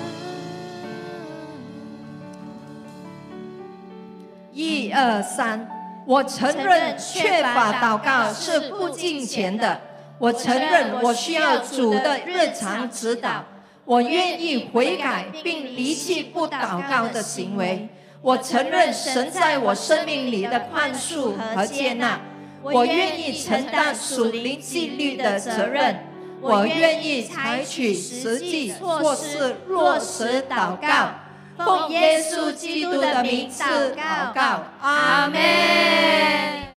一二三，我承认缺乏祷告是不敬虔的，我承认我需要主的日常指导，我愿意悔改并离弃不祷告的行为。我承认神在我生命里的宽恕和接纳，我愿意承担属灵纪律的责任。我愿意采取实际措施落实祷告，奉耶稣基督的名字祷告，阿门。